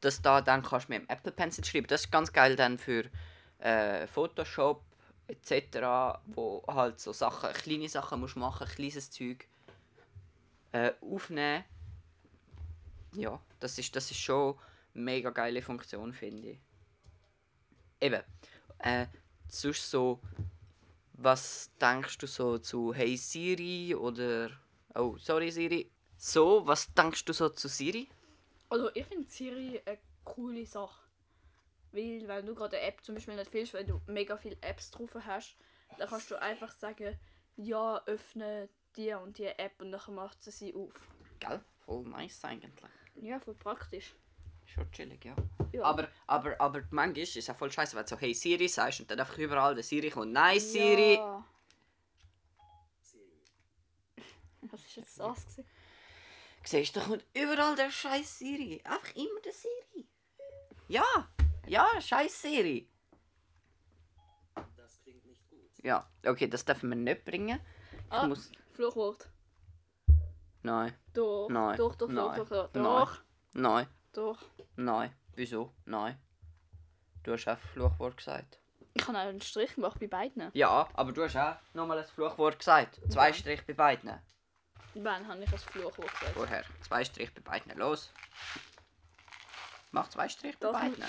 dass da dann kannst du mit dem Apple Pencil schreiben. Das ist ganz geil dann für äh, Photoshop etc., wo halt so Sachen, kleine Sachen musst machen, kleines Zeug äh, aufnehmen. Ja, das ist das ist schon mega geile Funktion finde ich. Eben. Äh, sonst so, was denkst du so zu Hey Siri oder. Oh, sorry Siri. So, was denkst du so zu Siri? Also ich finde Siri eine coole Sache. Weil wenn du gerade eine App zum Beispiel nicht findest, weil du mega viele Apps drauf hast, dann kannst du einfach sagen, ja, öffne die und die App und dann macht sie sie auf. Gell? Voll nice eigentlich. Ja, voll praktisch. Schon chillig, ja. Ja. Aber, aber, aber manchmal ist es ja voll scheiße, wenn du so Hey Siri sagst und dann einfach überall der Siri kommt Nein Siri. Ja. Was ist jetzt das? Gewesen? Siehst du, da kommt überall der scheiß Siri. Einfach immer der Siri. Ja, ja, scheiß Siri. Das klingt nicht gut. Ja, okay, das dürfen wir nicht bringen. Ah, muss- Fluchwort. Nein, Doch. Nein. Doch, doch, Nein. doch, doch, doch. Nein. Doch. nein. Doch. Nein. Wieso? Nein. Du hast auch Fluchwort gesagt. Ich habe einen Strich gemacht bei beiden. Ja, aber du hast auch nochmal ein Fluchwort gesagt. Zwei Ja. Strich bei beiden. Wann habe ich ein Fluchwort gesagt? Vorher. Zwei Strich bei beiden. Los. Mach zwei Strich bei Das beiden.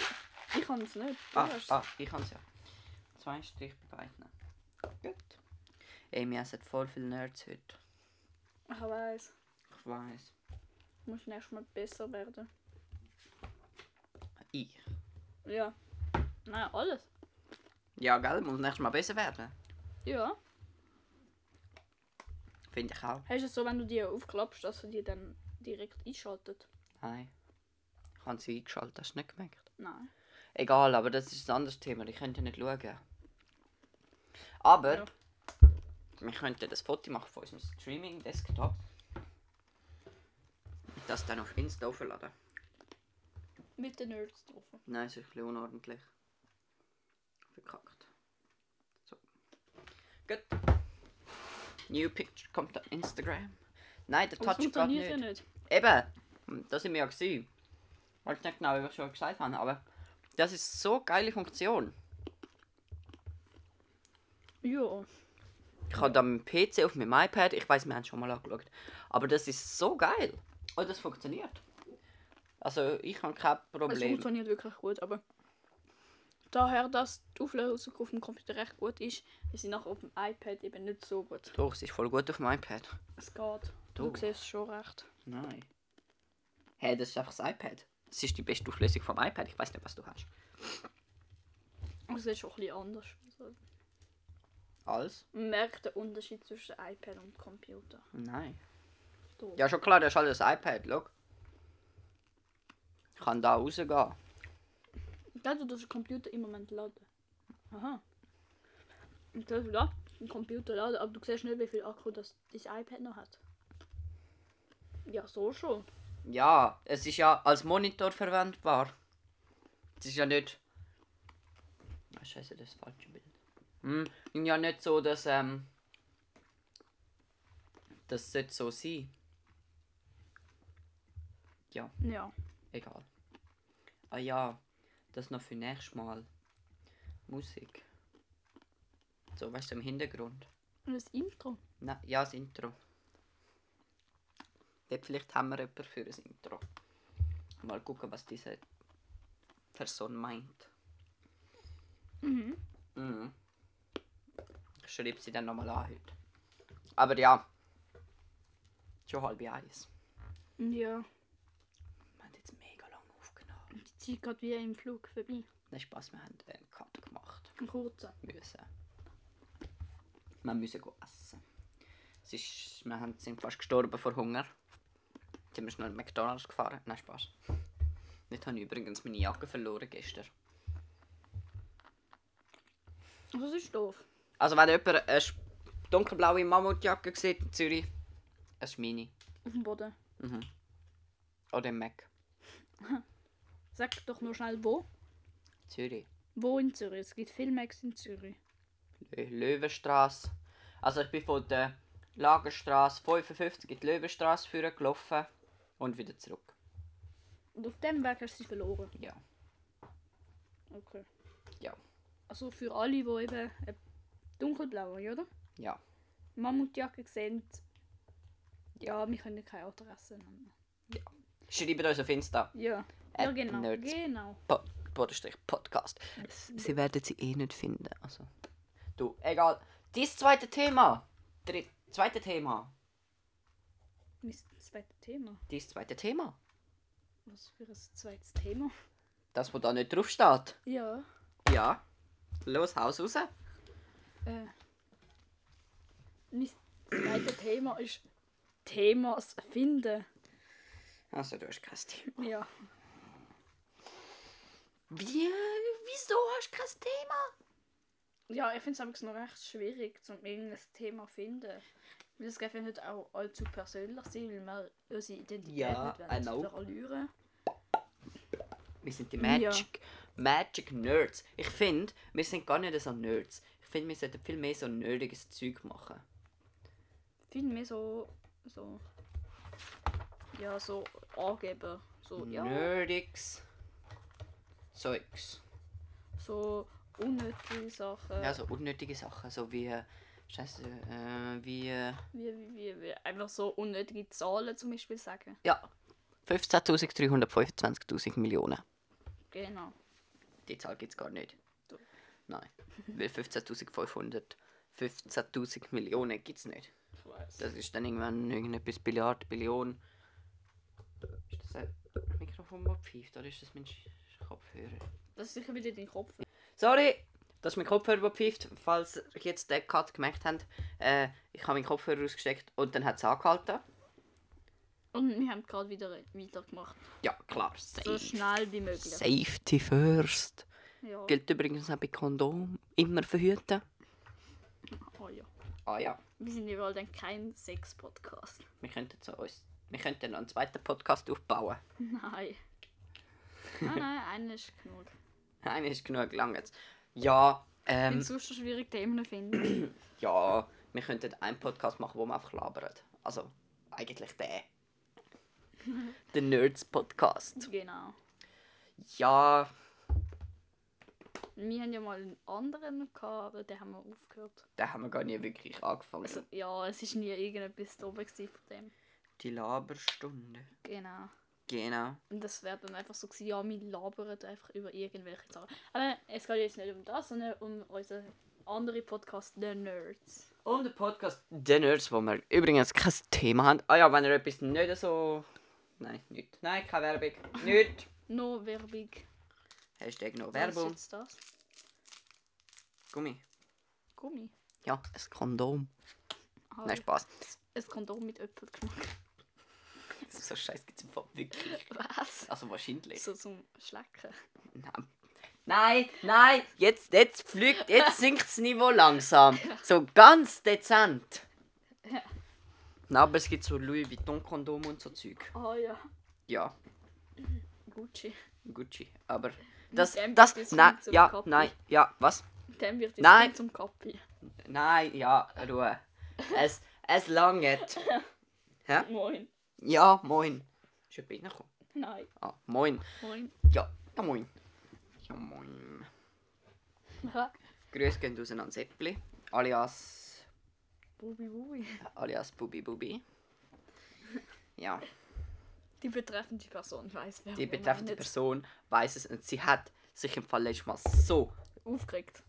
Ich kann es nicht. Du Ah, hast es. ah, ich kann's ja. Zwei Strich bei beiden. Gut. Ey, wir essen voll viele Nerds heute. Ich weiß. Ich weiß. Ich muss nächstes Mal besser werden. Ich. Ja. Nein, alles. Ja, gell? Muss nächstes Mal besser werden. Ja. Finde ich auch. Hast du es so, wenn du die aufklappst, dass du die dann direkt einschaltet? Nein. Ich habe sie eingeschaltet, hast du nicht gemerkt? Nein. Egal, aber das ist ein anderes Thema. Ich könnte nicht schauen. Aber Ja. wir könnten das Foto machen von unserem Streaming-Desktop. Und das dann auf Insta aufladen. Mit den Nerds drauf. Nein, es ist ein bisschen unordentlich. Verkackt. So. Gut. New Picture kommt auf Instagram. Nein, der Aber das Touch geht funktioniert ja nicht. nicht. Eben, da sind wir ja gewesen. Ich weiß nicht genau, wie ich schon gesagt habe, aber das ist so geile Funktion. Ja. Ich habe da meinen PC auf meinem iPad. Ich weiß, wir haben es schon mal angeschaut. Aber das ist so geil. Und das funktioniert. Also ich habe kein Es Problem. funktioniert wirklich gut, aber daher, dass die Auflösung auf dem Computer recht gut ist, ist sie nachher auf dem iPad eben nicht so gut. Doch, es ist voll gut auf dem iPad. Es geht. Du Doch. siehst schon recht. Nein. Hä, hey, das ist einfach das iPad. Das ist die beste Auflösung vom iPad. Ich weiß nicht, was du hast. Aber Es ist auch ein bisschen anders. Also, Alles? Man merkt den Unterschied zwischen iPad und Computer. Nein. Doch. Ja, schon klar, das ist alles iPad. Schau. Ich kann da rausgehen. Kannst du den Also, Computer im Moment laden? Aha. Und kannst du da den Computer laden, aber du siehst nicht, wie viel Akku das dein iPad noch hat. Ja, so schon. Ja, es ist ja als Monitor verwendbar. Es ist ja nicht. Ah, scheiße, das ist das falsche Bild. Hm, und ja nicht so, dass ähm. Das sollte so sein. Ja, Ja. egal. Ah ja, das noch für nächstes Mal. Musik. So, weißt du, im Hintergrund. Und das Intro. Na, ja, das Intro. Dort vielleicht haben wir jemanden für ein Intro. Mal gucken, was diese Person meint. Mhm. Mhm. Ich schreibe sie dann nochmal an heute. Aber ja. Schon halb eins. Ja, Wir haben jetzt mega lang aufgenommen. die Zeit geht wie im Flug vorbei. Nein, Spaß, wir haben einen Cut gemacht. Ein kurzer. müssen. Wir müssen go essen. Es ist, wir haben- sind fast gestorben vor Hunger. Jetzt sind wir schnell in McDonalds gefahren. Nein, Spaß. Nicht habe ich übrigens meine Jacke verloren gestern. Das ist doof. Also wenn jemand eine sch- dunkelblaue Mammutjacke sieht in Zürich, es ist meine. Auf dem Boden. Oder im Mac. Sag doch nur schnell wo. Zürich. Wo in Zürich? Es gibt viel Max in Zürich. Lö Löwenstrasse. Also ich bin von der Lagerstrasse 55 in die Löwenstrasse führen gelaufen und wieder zurück. Und auf dem Weg hast du sie verloren. Ja. Okay. Ja. Also für alle, die eben eine dunkelblaue, oder? Ja. Mammutjacke sehen. Ja, wir können keine Adresse nennen. Schreibt uns auf Insta. Ja. Äh, Ja, genau. Nerds. Genau. Pod- Bodenstrich Podcast. S- Sie werden sie eh nicht finden. Also. Du, egal. Dies zweite Thema. Dritt, zweite Thema. Mein zweites Thema. Dies zweite Thema. Was für ein zweites Thema? Das, wo da nicht drauf steht. Ja. Ja. Los, Haus raus. Äh, mein zweites Thema ist Themas finden. Also, du hast kein Thema. Ja. Wie? Wieso hast du kein Thema? Ja, ich finde es noch recht schwierig, um irgendein Thema zu finden. Weil es darf ja nicht auch allzu persönlich sein, weil wir unsere Identität Ja, nicht wollen I know. verlieren. Wir sind die Ja. Magic, Magic Nerds. Ich finde, wir sind gar nicht so Nerds. Ich finde, wir sollten viel mehr so nerdiges Zeug machen. Vielmehr so. so. Ja, so Angeber. So, ja. Nerdiges Zeugs. So unnötige Sachen. Ja, so unnötige Sachen, so wie. äh, Scheiße, äh, wie. äh, Wie, wie, wie, wie, einfach so unnötige Zahlen zum Beispiel sagen. Ja. 15.325.000 Millionen. Genau. Die Zahl gibt es gar nicht. Doch. Nein. Weil 15.500. 15.000 Millionen gibt es nicht. Ich weiß. Das ist dann irgendwann irgendetwas Billiard, Billion. Ist das ein Mikrofon, das pfeift? Oder ist das mein Sch- Kopfhörer? Das ist sicher wieder dein Kopf. Sorry, dass mein Kopfhörer pfeift, falls ihr jetzt den Cut gemerkt habt. Äh, ich habe meinen Kopfhörer ausgesteckt und dann hat es angehalten. Und wir haben gerade wieder weitergemacht. Ja, klar, So safe. schnell wie möglich. Safety first. Ja. Gilt übrigens auch bei Kondom. Immer verhüten. Oh ja. Ah ja, Wir sind ja wohl dann kein Sex-Podcast. wir könnten, zu uns, wir könnten noch einen zweiten Podcast aufbauen. Nein. nein, nein, einer ist genug. Einer ist genug lang jetzt. Ja, Ich finde ähm, es sonst schon schwierig, Themen zu finden. ja, wir könnten einen Podcast machen, wo wir einfach labern. Also, eigentlich der. Der Nerds-Podcast. genau. Ja, Wir haben ja mal einen anderen gehabt, aber den haben wir aufgehört. da haben wir gar nie wirklich angefangen. Also, ja, es war nie irgendetwas da oben gewesen von dem. Die Laberstunde. Genau. Genau. Und das wäre dann einfach so gewesen, ja, wir labern einfach über irgendwelche Sachen. Aber es geht jetzt nicht um das, sondern um unseren anderen Podcast, The Nerds. Und der Podcast «The Nerds», wo wir übrigens kein Thema haben. Ah ja, wenn ihr etwas nicht so... Nein, nicht. Nein, keine Werbung. Nicht. No Werbung. Hashtag no Was ist Werbung. jetzt das? Gummi. Gummi. Ja, ein Kondom. Ah, Nein, Spaß. Ein Kondom mit Äpfelgeschmack. So scheiß gibt's im Fall wirklich. Was? Also wahrscheinlich. So zum Schlecken. Nein. Nein, nein, jetzt, jetzt fliegt, jetzt sinkt das Niveau langsam. So ganz dezent. Ja. Na, aber es gibt so Louis Vuitton-Kondome und so Zeug. Ah ja. Ja, Gucci. Gucci. Aber das, dem das, wird es nein, nicht so ja, gekoppelt. nein, ja, was? Dann wird es Nein. Kind zum Kapi. Nein, ja, Ruhe. Es, es langet. Hä? Moin. Ja, moin. Ist jemand reingekommen? Nein. Ah, moin. Moin. Ja, ja moin. Ja moin. Grüße gehen raus an Seppli, alias, Bubi, Bubi. alias Bubi Bubi. Ja, Die betreffende Person weiß, wer die wir betreffende meinen. Person weiß es und sie hat sich im Fall letztes Mal so aufgeregt.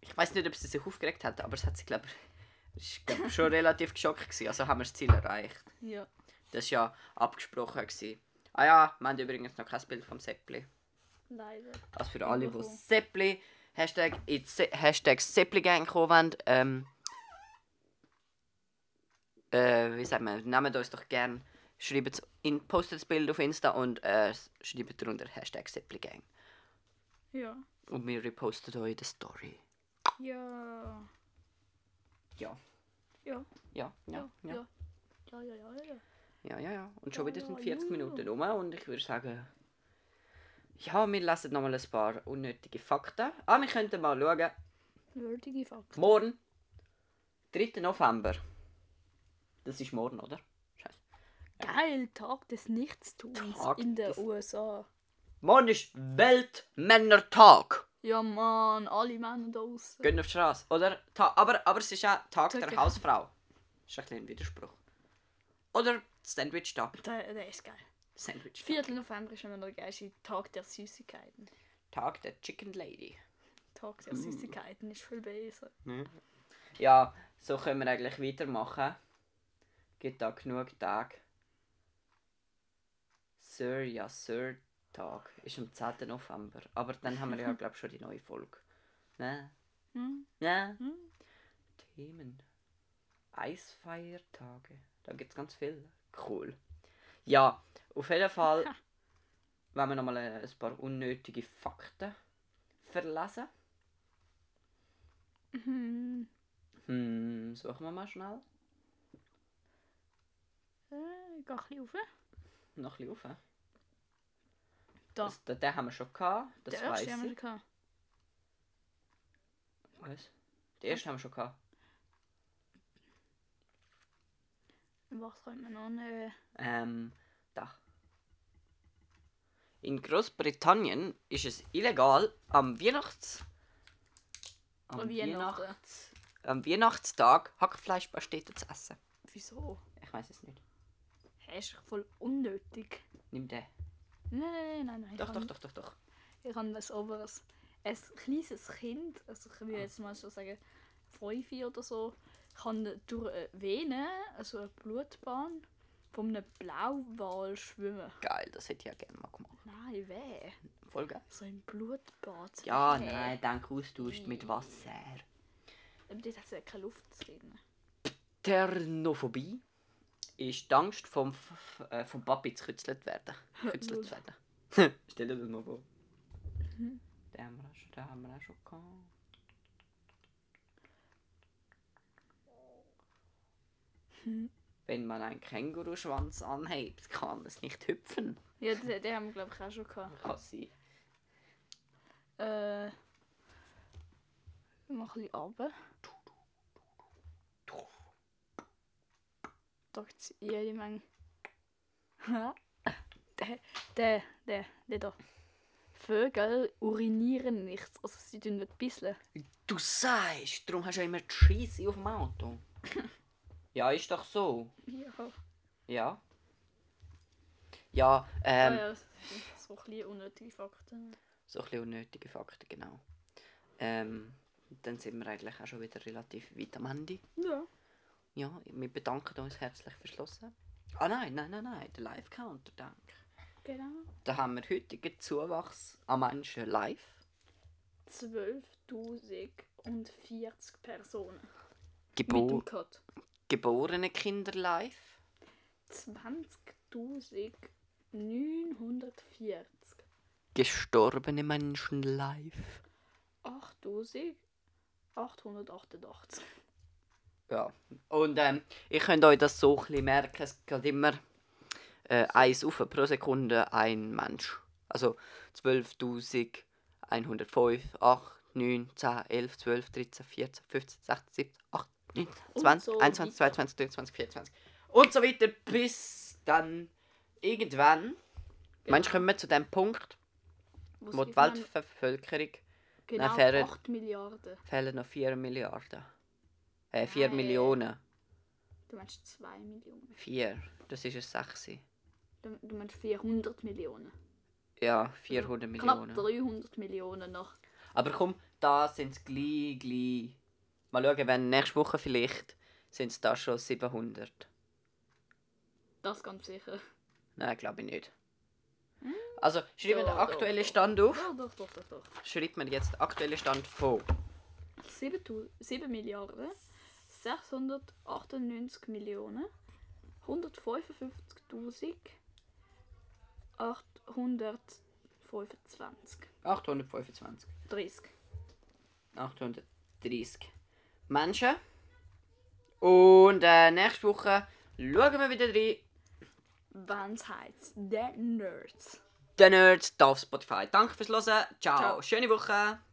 ich weiß nicht, ob sie sich aufgeregt hat, aber es hat sie, glaube ich, glaub, schon relativ geschockt gewesen. Also haben wir das Ziel erreicht. Ja. Das war ja abgesprochen. Gewesen. Ah ja, wir haben übrigens noch kein Bild vom Seppli. Leider. Also für alle, die Überkommen. Seppli, Hashtag, in die Se Hashtag Seppli-Gang kommen wollen, ähm, äh, wie sagt man, nehmt uns doch gerne, schreibt in, postet das Bild auf Insta und äh, schreibt darunter Hashtag Seppli-Gang. Ja. Und wir reposten euch in der Story. Ja. Ja. Ja. Ja, ja, ja. Ja, ja, ja, ja. ja. Ja, ja, ja. Und schon Ja, wieder sind ja, 40 ja. Minuten rum und ich würde sagen, ja, wir lassen nochmal ein paar unnötige Fakten. Ah, wir könnten mal schauen. Würdige Fakten. Morgen, 3. November. Das ist morgen, oder? Scheiße. Geil, Tag des Nichtstuns Tag in den des- USA. Morgen ist Weltmännertag. Ja, Mann, alle Männer da draussen. Gehen auf die Straße, oder? Ta aber, aber es ist auch Tag der Tag- Hausfrau. Ist ein kleiner Widerspruch. Oder Sandwich-Tag. Der, der ist geil. Sandwich. 4. November ist immer der geilste Tag der Süßigkeiten. Tag der Chicken Lady. Tag Mm. der Süßigkeiten ist viel besser. Ja, so können wir eigentlich weitermachen. Gibt da genug Tage. Sir, ja, Sir Tag ist am 10. November. Aber dann haben wir ja, glaube ich, schon die neue Folge. Ne? Hm? Ne? Hm? Themen. Eisfeiertage. Da gibt es ganz viel. Cool. Ja, auf jeden Fall wollen wir nochmal ein paar unnötige Fakten verlesen. Hm. Hm, suchen wir mal schnell. Äh, geh ein bisschen rauf. Noch ein bisschen auf. Da. Das, den, den haben wir schon gehabt, das der weiß erste haben wir ich. schon gehabt. Was? Den ersten haben wir schon gehabt. Was könnte man noch nehmen? Ähm, da. In Großbritannien ist es illegal, am Weihnachts... Am, An Weihnachten. Weihnachts am Weihnachtstag Hackfleischpastete zu essen. Wieso? Ich weiß es nicht. Hä, ist doch voll unnötig. Nimm den. Nein, nein, nein, nein. nein. ich Doch, hab- doch, doch, doch, doch. Ich habe ein oberes, ein kleines Kind, also ich will jetzt mal so sagen, fünf oder so, kann durch eine Vene, also eine Blutbahn, von einem Blauwal schwimmen. Geil, das hätte ich ja gerne mal gemacht. Nein, weh. Voll geil. So ein Blutbad. Ja, Weh. nein, denk austauscht mit Wasser. Aber dort hat es ja keine Luft zu reden. Ternophobie ist die Angst, vom, F- äh, vom Papi zu kützelt werden. Kützelt zu werden. Stell dir das mal vor. Mhm. Den haben, wir auch schon, den haben wir auch schon gehabt. Mhm. Wenn man einen Känguruschwanz anhebt, kann es nicht hüpfen. Ja, den, den haben wir glaube ich auch schon gehabt. Kann sein. Äh. Mach ein bisschen runter. Da gibt es jede Menge. Ha. der, der, der, der da. Vögel urinieren nicht, also sie tun nicht bisschen. Du sagst, darum hast du ja immer die Scheisse auf dem Auto. ja, ist doch so. Ja. Ah, Ja. Ja, ähm. ah, ja, so ein bisschen unnötige Fakten. So ein bisschen unnötige Fakten, genau. Ähm, dann sind wir eigentlich auch schon wieder relativ weit am Ende. Ja. Ja, wir bedanken uns herzlich fürs Hören. Ah nein, nein, nein, nein, der Live-Counter, danke. Genau. Da haben wir heutigen Zuwachs an Menschen live. 12.040 Personen. Mit Gebo dem Cut. geborene Kinder live. 20.940. Gestorbene Menschen live. 8.888. Ja, und ähm, ich könnt euch das so ein bisschen merken, es geht immer äh, eins auf pro Sekunde ein Mensch. Also 12.105, 8, 9, 10, 11, 12, 13, 14, 15, 16, 17, 18, 19, Und 20, so 21, 22, 23, 24 und so weiter, bis dann Genau. irgendwann, manchmal kommen wir zu dem Punkt, wo die Manchmal Weltbevölkerung Genau fairer- 8 Milliarden. Fehlen noch 4 Milliarden. Äh, 4 Nein. Millionen. Du meinst 2 Millionen. 4. Das ist ein 6. Du, du meinst 400 Millionen. Ja, 400 Millionen. Knapp 300 Millionen noch. Aber komm, da sind es gleich, gleich. Mal schauen, wenn nächste Woche vielleicht sind es da schon 700. Das ganz sicher. Nein, glaube ich nicht. Also, schreiben wir den Doch, aktuellen Hm? doch, Stand auf. Ja, doch, doch, doch, doch. Schreibt mir jetzt den aktuellen Stand von. 7, tu- 7 Milliarden 698 Millionen 155.825 825. 30 830 Menschen. Und äh, nächste Woche schauen wir wieder rein. Wenn's heißt der Nerds Den Nerds auf Spotify. Danke fürs Hören. Ciao. Ciao. Schöne Woche.